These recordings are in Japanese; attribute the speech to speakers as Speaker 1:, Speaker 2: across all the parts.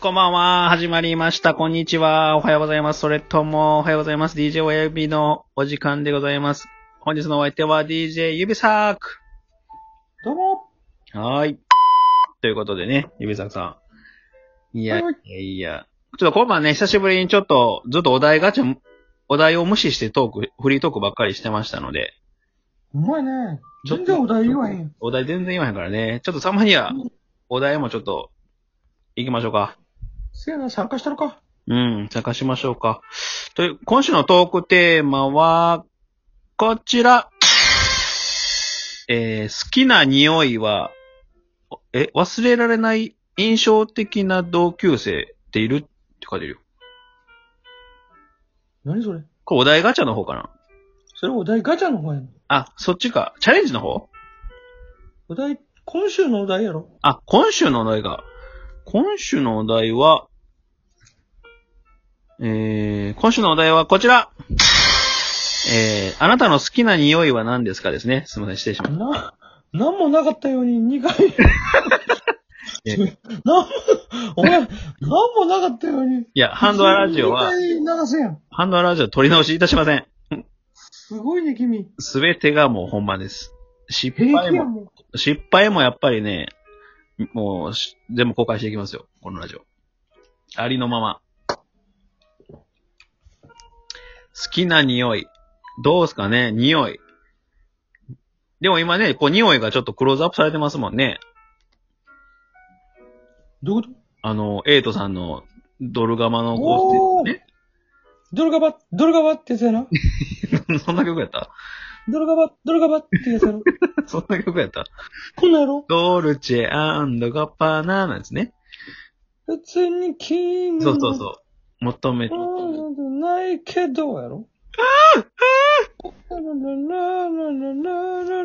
Speaker 1: こんばんは。始まりました。こんにちは。おはようございます。それとも、おはようございます。DJ 親指のお時間でございます。本日のお相手は DJ 指サーク。
Speaker 2: どうも
Speaker 1: はーい。ということでね、指サークさん。いや、い
Speaker 2: はい
Speaker 1: やいや。ちょっと今晩ね、久しぶりにちょっと、ずっとお題ガチャ、お題を無視してトーク、フリートークばっかりしてましたので。
Speaker 2: うまいね。
Speaker 1: ちょっ
Speaker 2: 全
Speaker 1: と
Speaker 2: 然お題言わへん。
Speaker 1: お題全然言わへんからね。ちょっとたまには、お題もちょっと、行きましょうか。
Speaker 2: せやな、参加したのか。
Speaker 1: うん、探しましょうか。という、今週のトークテーマは、こちら。えー好きな匂いは、おえ、忘れられない印象的な同級生っているって書いてるよ。
Speaker 2: 何それ
Speaker 1: これお題ガチャの方かな
Speaker 2: それお題ガチャの方やね
Speaker 1: あ、そっちか。チャレンジの方
Speaker 2: お題、今週のお題やろ
Speaker 1: あ、今週のお題が。今週のお題は、えー、今週のお題はこちら。えー、あなたの好きな匂いは何ですかですね。すみません、失礼しました。
Speaker 2: な、なんもなかったように苦い。
Speaker 1: え
Speaker 2: なんも、お前、なんもなかったように。
Speaker 1: いや、ハンドアラジオは、
Speaker 2: 二回流せやん。
Speaker 1: ハンドアラジオ取り直しいたしません。
Speaker 2: すごいね、君。
Speaker 1: すべてがもう本番です。失
Speaker 2: 平
Speaker 1: 敗
Speaker 2: 気や
Speaker 1: も、
Speaker 2: もん。
Speaker 1: 失敗もやっぱりね、もうし、全部公開していきますよ。このラジオ。ありのまま。好きな匂い。どうすかね匂い。でも今ね、こう匂いがちょっとクローズアップされてますもんね。
Speaker 2: どういうこと
Speaker 1: あの、エイトさんのドルガマのゴース
Speaker 2: ドルガバ、ドルガバってやつやな。
Speaker 1: テ ね。そんな曲やった
Speaker 2: ドルガバ、ドルガバってやつやろ。
Speaker 1: そんな曲やった
Speaker 2: こんなんやろ
Speaker 1: ドルチェガッパーナなんですね。
Speaker 2: 普通に君
Speaker 1: そうそうそう。求めて。
Speaker 2: うんないけどやろララララララララ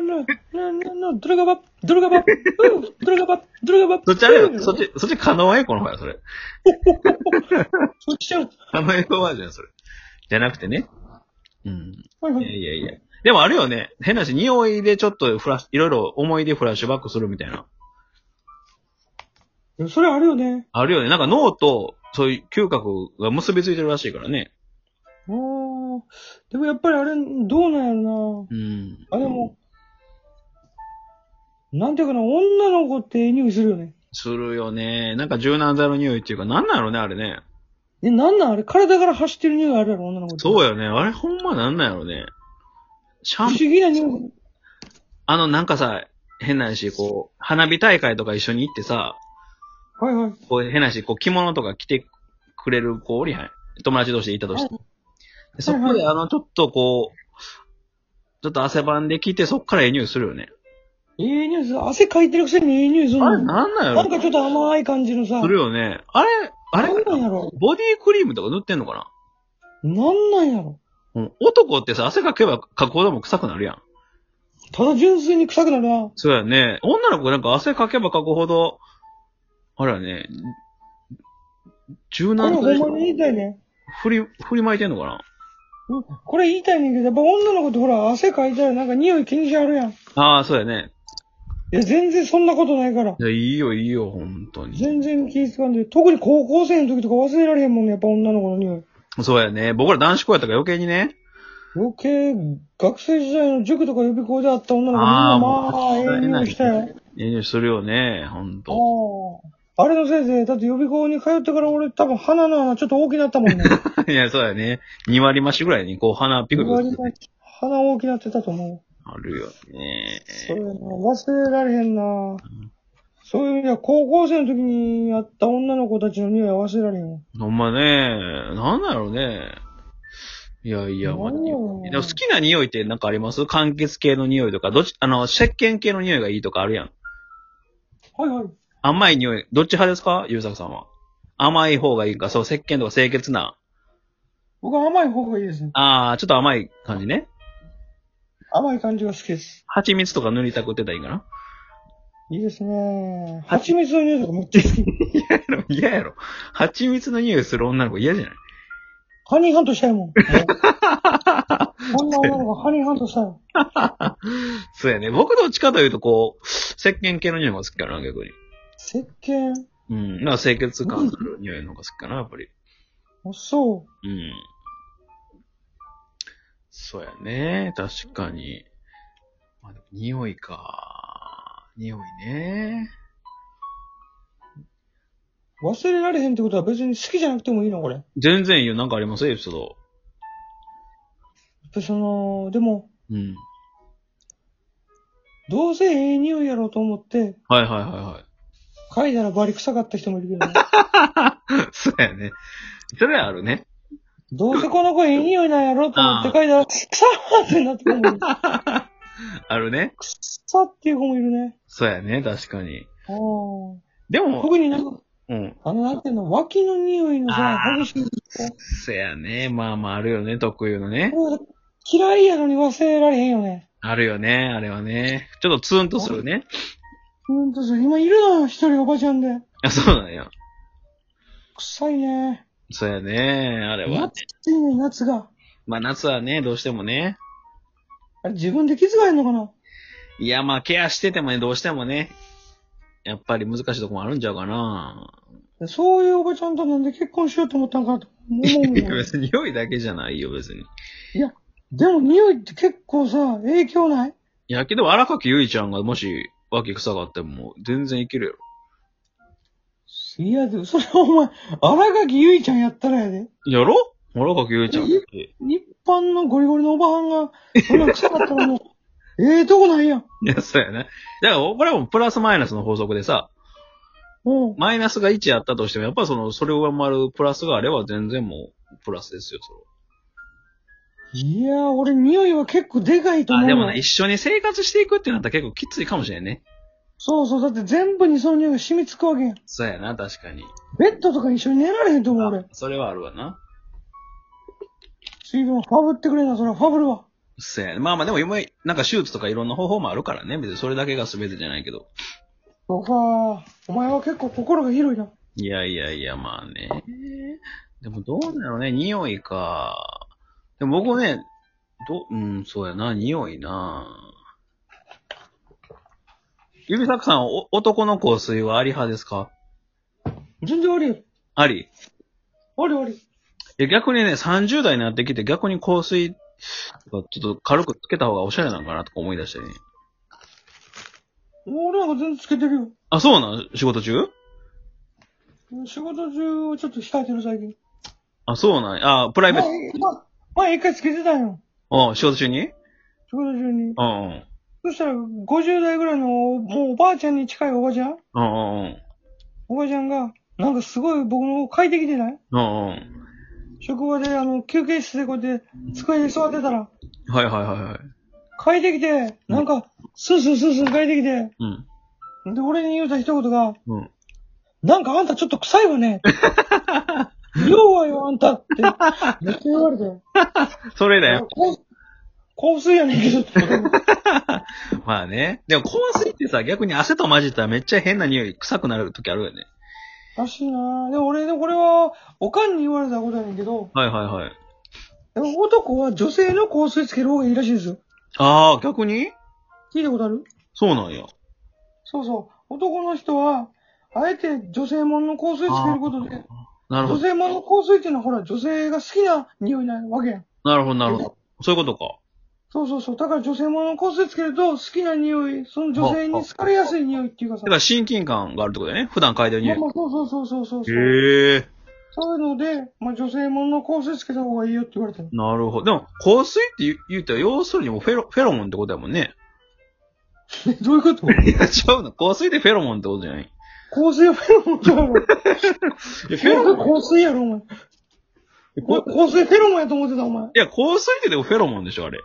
Speaker 2: ラララドルガバドルガバうんドルガバドルガバ
Speaker 1: そっちあれ
Speaker 2: う
Speaker 1: よ
Speaker 2: ん
Speaker 1: そっち、そっち、カノエコの方や、それ。
Speaker 2: そっちやろ
Speaker 1: カノエコバージョン、それ。じゃなくてね。うん。
Speaker 2: はいはい
Speaker 1: や
Speaker 2: い。
Speaker 1: いやいや。でもあるよね。変なし、匂いでちょっとフラッシュ、いろいろ思い出フラッシュバックするみたいな。
Speaker 2: それあるよね。
Speaker 1: あるよね。なんか脳と、そういう嗅覚が結びついてるらしいからね。
Speaker 2: あーでもやっぱりあれ、どうなんやろ
Speaker 1: うん。
Speaker 2: な。あ、でも、なんていうかな、女の子ってええ匂いするよね。
Speaker 1: するよね。なんか柔軟剤の匂いっていうか、なんなんやろね、あれね。
Speaker 2: え、なんなんあれ、体から走ってる匂いあるやろ、女の子って。
Speaker 1: そう
Speaker 2: や。
Speaker 1: よね。あれほんまなんなんやろね。シ
Speaker 2: 不
Speaker 1: ャン
Speaker 2: 思議な匂い。
Speaker 1: あの、なんかさ、変な話、こう、花火大会とか一緒に行ってさ、
Speaker 2: はいはい。
Speaker 1: こう、変な話、こう、着物とか着てくれる子おりはん。友達同士でいたとして。でそこ
Speaker 2: はい
Speaker 1: で、あの、ちょっとこう、ちょっと汗ばんできて、そっからええ匂いするよね。
Speaker 2: ええ匂いする。汗かいてるくせにええ匂いする
Speaker 1: あ
Speaker 2: の
Speaker 1: れ、なんなんや
Speaker 2: なん
Speaker 1: ろ
Speaker 2: かちょっと甘い感じのさ。
Speaker 1: するよね。あれ、あれ
Speaker 2: なんなんやろ
Speaker 1: ボディクリームとか塗ってんのかな
Speaker 2: なんなんやろ
Speaker 1: うん男ってさ、汗かけばかくほども臭くなるやん。
Speaker 2: ただ純粋に臭くなるな。
Speaker 1: そうやね。女の子なんか汗かけばかくほど、あれやね、柔
Speaker 2: これ
Speaker 1: 軟剤
Speaker 2: ほんまに言いたいね。
Speaker 1: 振り、振りまいてんのかな
Speaker 2: これ言いたいねんけど、やっぱ女の子ってほら、汗かいたらなんか匂い気にしはるやん。い
Speaker 1: ああ、そうやね。
Speaker 2: や、全然そんなことないから。
Speaker 1: いや、いいよ、いいよ、本当に。
Speaker 2: 全然気ぃつかんで。特に高校生の時とか忘れられへんもんね、やっぱ女の子の匂い。
Speaker 1: そうやね。僕ら男子校やったから余計にね。
Speaker 2: 余計、学生時代の塾とか予備校であった女の子みん
Speaker 1: あー
Speaker 2: なま
Speaker 1: も
Speaker 2: あ、
Speaker 1: う
Speaker 2: ええ匂いしたよ。
Speaker 1: ええ匂いするよね、本当
Speaker 2: ああ。あれの先生、だって予備校に通ってから俺多分鼻の穴ちょっと大きなったもんね。
Speaker 1: いや、そうやね。2割増しぐらいに、こう、鼻ピクピクする。
Speaker 2: 鼻大きなってたと思う。
Speaker 1: あるよね。
Speaker 2: そうやな、忘れられへんな。そういう意味では、高校生の時に会った女の子たちの匂いは忘れられへんわ。
Speaker 1: ほんまね。なんだろうね。いやいや、まあ、
Speaker 2: なんやろう
Speaker 1: でも好きな匂いってなんかあります柑橘系の匂いとか、どっち、あの、石鹸系の匂いがいいとかあるやん。
Speaker 2: はいはい。
Speaker 1: 甘い匂い、どっち派ですかゆうさくさんは。甘い方がいいか、そう、石鹸とか清潔な。
Speaker 2: 僕は甘い方がいいですね。
Speaker 1: ああ、ちょっと甘い感じね。
Speaker 2: 甘い感じが好きです。
Speaker 1: 蜂蜜とか塗りたくってたらいいかな
Speaker 2: いいです
Speaker 1: は
Speaker 2: ね。蜂蜜の匂いとかめっちゃ好き。
Speaker 1: 嫌やろ。蜂蜜の匂いする女の子嫌じゃない
Speaker 2: ハニーハントしたいもん。こんな女の子、ハニーハントしたいもん。
Speaker 1: そうやね。僕どっちかというと、こう、石鹸系の匂いが好きかな、逆に。
Speaker 2: 石鹸。
Speaker 1: うん。なんか清潔感のある匂いの方が好きかな、やっぱり。
Speaker 2: あ、そ
Speaker 1: うん。そうやね。確かに。まあ、でも匂いか。匂いね。
Speaker 2: う。忘れられへんってことは別に好きじゃなくてもいいの、これ。
Speaker 1: 全然いいよ。なんかありますエピソード。
Speaker 2: やっぱその、でも、
Speaker 1: うん。
Speaker 2: どうせええ匂いやろうと思って、
Speaker 1: はいはい は
Speaker 2: 嗅いだらバリ臭かった人もいるけどね、
Speaker 1: いはい。そうやね。それはあるね。
Speaker 2: どうせこの子ええ匂いなんやろうと思って嗅いだら、臭ーってなってくるもん。
Speaker 1: あるね。
Speaker 2: 臭っていう子もいるね。
Speaker 1: そうやね。確かに。
Speaker 2: ああ。
Speaker 1: でも、
Speaker 2: 特になんか、
Speaker 1: うん。
Speaker 2: あの、なんていうの、脇の匂いのさ
Speaker 1: あ、ー
Speaker 2: 激しい子。
Speaker 1: そうやね。まあまああるよね。特有のね。
Speaker 2: もう嫌いやのに忘れられへんよね。
Speaker 1: あるよね。あれはね。ちょっとツーンとするね。
Speaker 2: うんとさ、今いるの一人おばちゃんで。
Speaker 1: あ、そうなんや。
Speaker 2: 臭いね。
Speaker 1: そうやね。あれは、ね
Speaker 2: 夏。きついね、夏が。
Speaker 1: まあ夏はね、どうしてもね。
Speaker 2: あれ、自分で気づかへんのかない
Speaker 1: や、まあ、ケアしててもね、どうしてもね、やっぱり難しいとこもあるんちゃうかな。
Speaker 2: でそういうおばちゃんとなんで結婚しようと思ったんかなと思うもん
Speaker 1: いや、 別に匂いだけじゃないよ、別に。い
Speaker 2: でも匂いって結構さ、影響ない
Speaker 1: や、けど荒垣結衣ちゃんがもし、脇臭がっても、全然いけるやろ。
Speaker 2: いや、それお前、荒垣結衣ちゃんやったらやで。
Speaker 1: やろ荒垣結衣ちゃんだって。
Speaker 2: 一般のゴリゴリのおばはんが、そんな臭かったらもう、 ええとこないやん。
Speaker 1: いや、そうやね。だから、これはもうプラスマイナスの法則でさ、
Speaker 2: うん。
Speaker 1: マイナスが1あったとしても、やっぱその、それを上回るプラスがあれば全然もう、プラスですよ、それはい
Speaker 2: やー、俺匂いは結構でかいと思
Speaker 1: あ、
Speaker 2: う
Speaker 1: で
Speaker 2: よ。
Speaker 1: もね、一緒に生活していくってなったら結構きついかもしれんね。
Speaker 2: そうそう、だって全部にその匂いが染みつくわけやん。
Speaker 1: そうやな、確かに。
Speaker 2: ベッドとか一緒に寝られへんと思う俺
Speaker 1: あ。それはあるわな。
Speaker 2: 水分ファブってくれな、そらファブるわ。
Speaker 1: せやね。まあまあでも今、なんか手術とかいろんな方法もあるからね。別にそれだけが全てじゃないけど。
Speaker 2: そうかお前は結構心が広いな。
Speaker 1: いやいやいや、まあね。でもどうなのね、匂いか。でも僕ね、ど、うん、そうやな、匂いな。指作さん、お男の香水はあり派ですか
Speaker 2: 全然悪いよ。
Speaker 1: あり
Speaker 2: 悪い悪い。
Speaker 1: いや逆にね、30代になってきて逆に香水とかちょっと軽くつけた方がおしゃれなんかなとか思い出してね。
Speaker 2: 俺なんか全然つけてるよ。
Speaker 1: あ、そうなん仕事中
Speaker 2: 仕事中はちょっと控えてる最近。
Speaker 1: あ、そうなんやあ、プライベート。
Speaker 2: 前、ま前一回つけてたんよ。
Speaker 1: うん、仕事中に
Speaker 2: 仕事中に。
Speaker 1: うんうん。
Speaker 2: そしたら50代ぐらいの、もうおばあちゃんに近いおばちゃん
Speaker 1: うんうんうん。
Speaker 2: おばちゃんが、なんかすごい僕の快適でない
Speaker 1: うんうん。
Speaker 2: 職場であの休憩室でこうやって机に座ってたら、
Speaker 1: はいはいはいはい。
Speaker 2: 快適で、なんか、スンスンスンスン快適で、
Speaker 1: うん。
Speaker 2: で、俺に言うた一言が、
Speaker 1: うん。
Speaker 2: なんかあんたちょっと臭いわ ね。弱いよ、あんたって。めっちゃ言われたよ。
Speaker 1: それだよ。
Speaker 2: 香水やねんけどってこと。
Speaker 1: まあね。でも香水ってさ、逆に汗と混じったらめっちゃ変な匂い、臭くなる時あるよね。
Speaker 2: らしいなぁでも俺ね、これは、おかんに言われたことやねんけど、
Speaker 1: はいはいはい。
Speaker 2: でも男は女性の香水つける方がいいらしいですよ。
Speaker 1: ああ、逆に
Speaker 2: 聞いたことある
Speaker 1: そうなんや。
Speaker 2: そうそう。男の人は、あえて女性ものの香水つけることで、
Speaker 1: なるほ
Speaker 2: 女
Speaker 1: ど。
Speaker 2: 性ものの香水っていうのはほら、女性が好きな匂いなわけやん。
Speaker 1: なるほどなるほど。そういうことか。
Speaker 2: そうそうそう。だから女性ものの香水つけると、好きな匂い、その女性に好かれやすい匂いっていうかさ
Speaker 1: だか。ら親近感があるってことだよね。普段嗅いでる
Speaker 2: ま
Speaker 1: 匂
Speaker 2: あまあ、そうそうそうそうそうそう。
Speaker 1: い。へえ。
Speaker 2: そういうので、まあ女性ものの香水つけた方がいいよって言われてる。
Speaker 1: なるほど。でも、香水って言う言うたら、要するにもうフェロ、フェロモンってことだもんね。
Speaker 2: え どういうこと
Speaker 1: いや、違うの。香水ってフェロモンってことじゃない。
Speaker 2: 香水はフェロモンだろ。
Speaker 1: いやフェロモン
Speaker 2: 香水やろ、お前。お香水フェロモンやと思ってた、お前。
Speaker 1: いや、香水ってでもフェロモンでしょ、あ れ。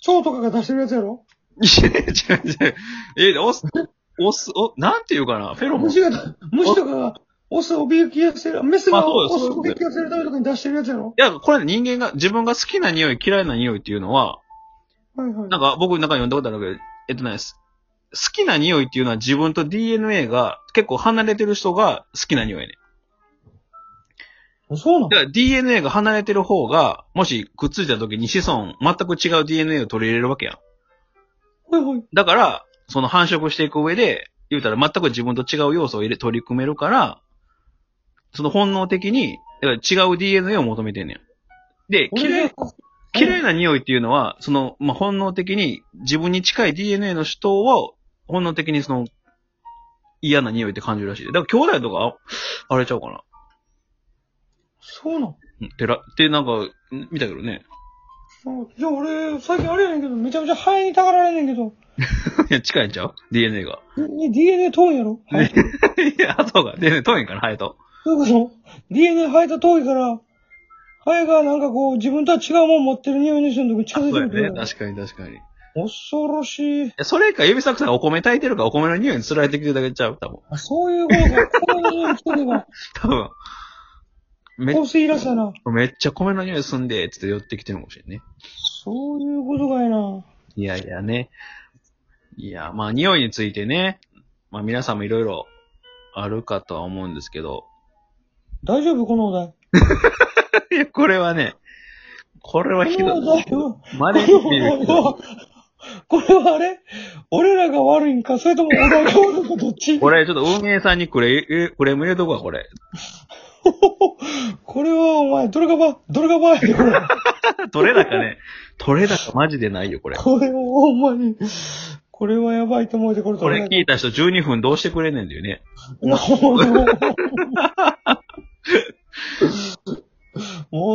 Speaker 2: 蝶とかが出してるやつやろ
Speaker 1: いや、違う違う。え、オス、オス、お、なんていうかな、フェロモン。
Speaker 2: 虫が、虫とかが、オスをおびき寄せる、メス
Speaker 1: あ
Speaker 2: が
Speaker 1: そうよ
Speaker 2: オス
Speaker 1: そういう
Speaker 2: を
Speaker 1: こ
Speaker 2: お
Speaker 1: とよ
Speaker 2: びき寄せるためとかに出してるやつやろ
Speaker 1: いや、これ人間が、自分が好きな匂い、嫌いな匂いっていうのは、
Speaker 2: はいはい。
Speaker 1: なんか僕なんか読んだことあるけど、えっとね、す好きな匂いっていうのは自分と DNA が結構離れてる人が好きな匂いね。
Speaker 2: そうなの
Speaker 1: だから DNA が離れてる方が、もしくっついた時に子孫、全く違う DNA を取り入れるわけやん。
Speaker 2: はいはい。
Speaker 1: だから、その繁殖していく上で、言うたら全く自分と違う要素を入れ、取り組めるから、その本能的に、だから違う DNA を求めてんねん。で、嫌い、嫌いな匂いっていうのは、その、まあ、本能的に自分に近い DNA の人を、本能的にその、嫌な匂いって感じるらしいで。だから兄弟とか、ああれちゃうかな。
Speaker 2: そうなん
Speaker 1: うんてら、ってなんか、ん見たけどね。
Speaker 2: うんじゃあ俺、最近あれやねんけど、めちゃめちゃハエにたかられんねんけど、
Speaker 1: いや、近いんちゃう ?DNA が。
Speaker 2: に DNA 遠いやろハエ
Speaker 1: いや、そうか。DNA 遠いんかな、ハエと。
Speaker 2: そういうこと ?DNA ハエと遠いから、ハエがなんかこう、自分とは違うもん持ってる匂いの人のとこに近
Speaker 1: そ
Speaker 2: づいうて
Speaker 1: や
Speaker 2: くる
Speaker 1: ね。
Speaker 2: から。
Speaker 1: 確かに確かに。
Speaker 2: 恐ろしい。
Speaker 1: えそれか、指作さんがお米炊いてるからお米の匂いに釣られてきてるだけちゃう多分。
Speaker 2: あそういうことか。こういう匂いしてれば、
Speaker 1: 多分。 め
Speaker 2: 香水いらしたな。
Speaker 1: めっちゃ米の匂いすんで、つって寄ってきてるかもしれんね。
Speaker 2: そういうことかいな。
Speaker 1: いやいやね。いや、まあ匂いについてね。まあ皆さんもいろいろあるかとは思うんですけど。
Speaker 2: 大丈夫このお題。
Speaker 1: いや、これはね、これはひ
Speaker 2: このお
Speaker 1: どい
Speaker 2: 題。は、
Speaker 1: ま
Speaker 2: こ
Speaker 1: れに見るけ
Speaker 2: れ
Speaker 1: ど。
Speaker 2: は、これはあれ俺らが悪いんか、それともお題が悪いのか、どっち
Speaker 1: これ、ちょっと運営さんにクレ、えクレーム入れとくわ、これ。
Speaker 2: これはお前、どれがば、どれがばやで、これ。
Speaker 1: 取れ高ね。取れ高マジでないよ、 これ。
Speaker 2: これはほんまに、これはやばいと思うで、これ
Speaker 1: これ 聞いた人12分どうしてくれんねんだよね。
Speaker 2: もうほ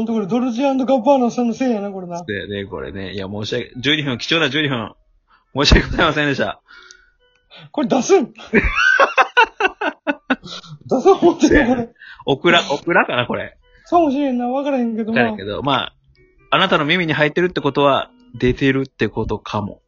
Speaker 2: んとこれ、ドルチェガッバーナさんのせいやな、これな。
Speaker 1: でね、これね。いや、申し訳、12分、貴重な12分。申し訳ございませんでした。
Speaker 2: これ出 すん出そう思ってるこれ。
Speaker 1: オクラ、オクラかな、これ。
Speaker 2: そうもしれんな、わからへんけど
Speaker 1: だ
Speaker 2: な
Speaker 1: け。ど、まあ、あなたの耳に入ってるってことは、出てるってことかも。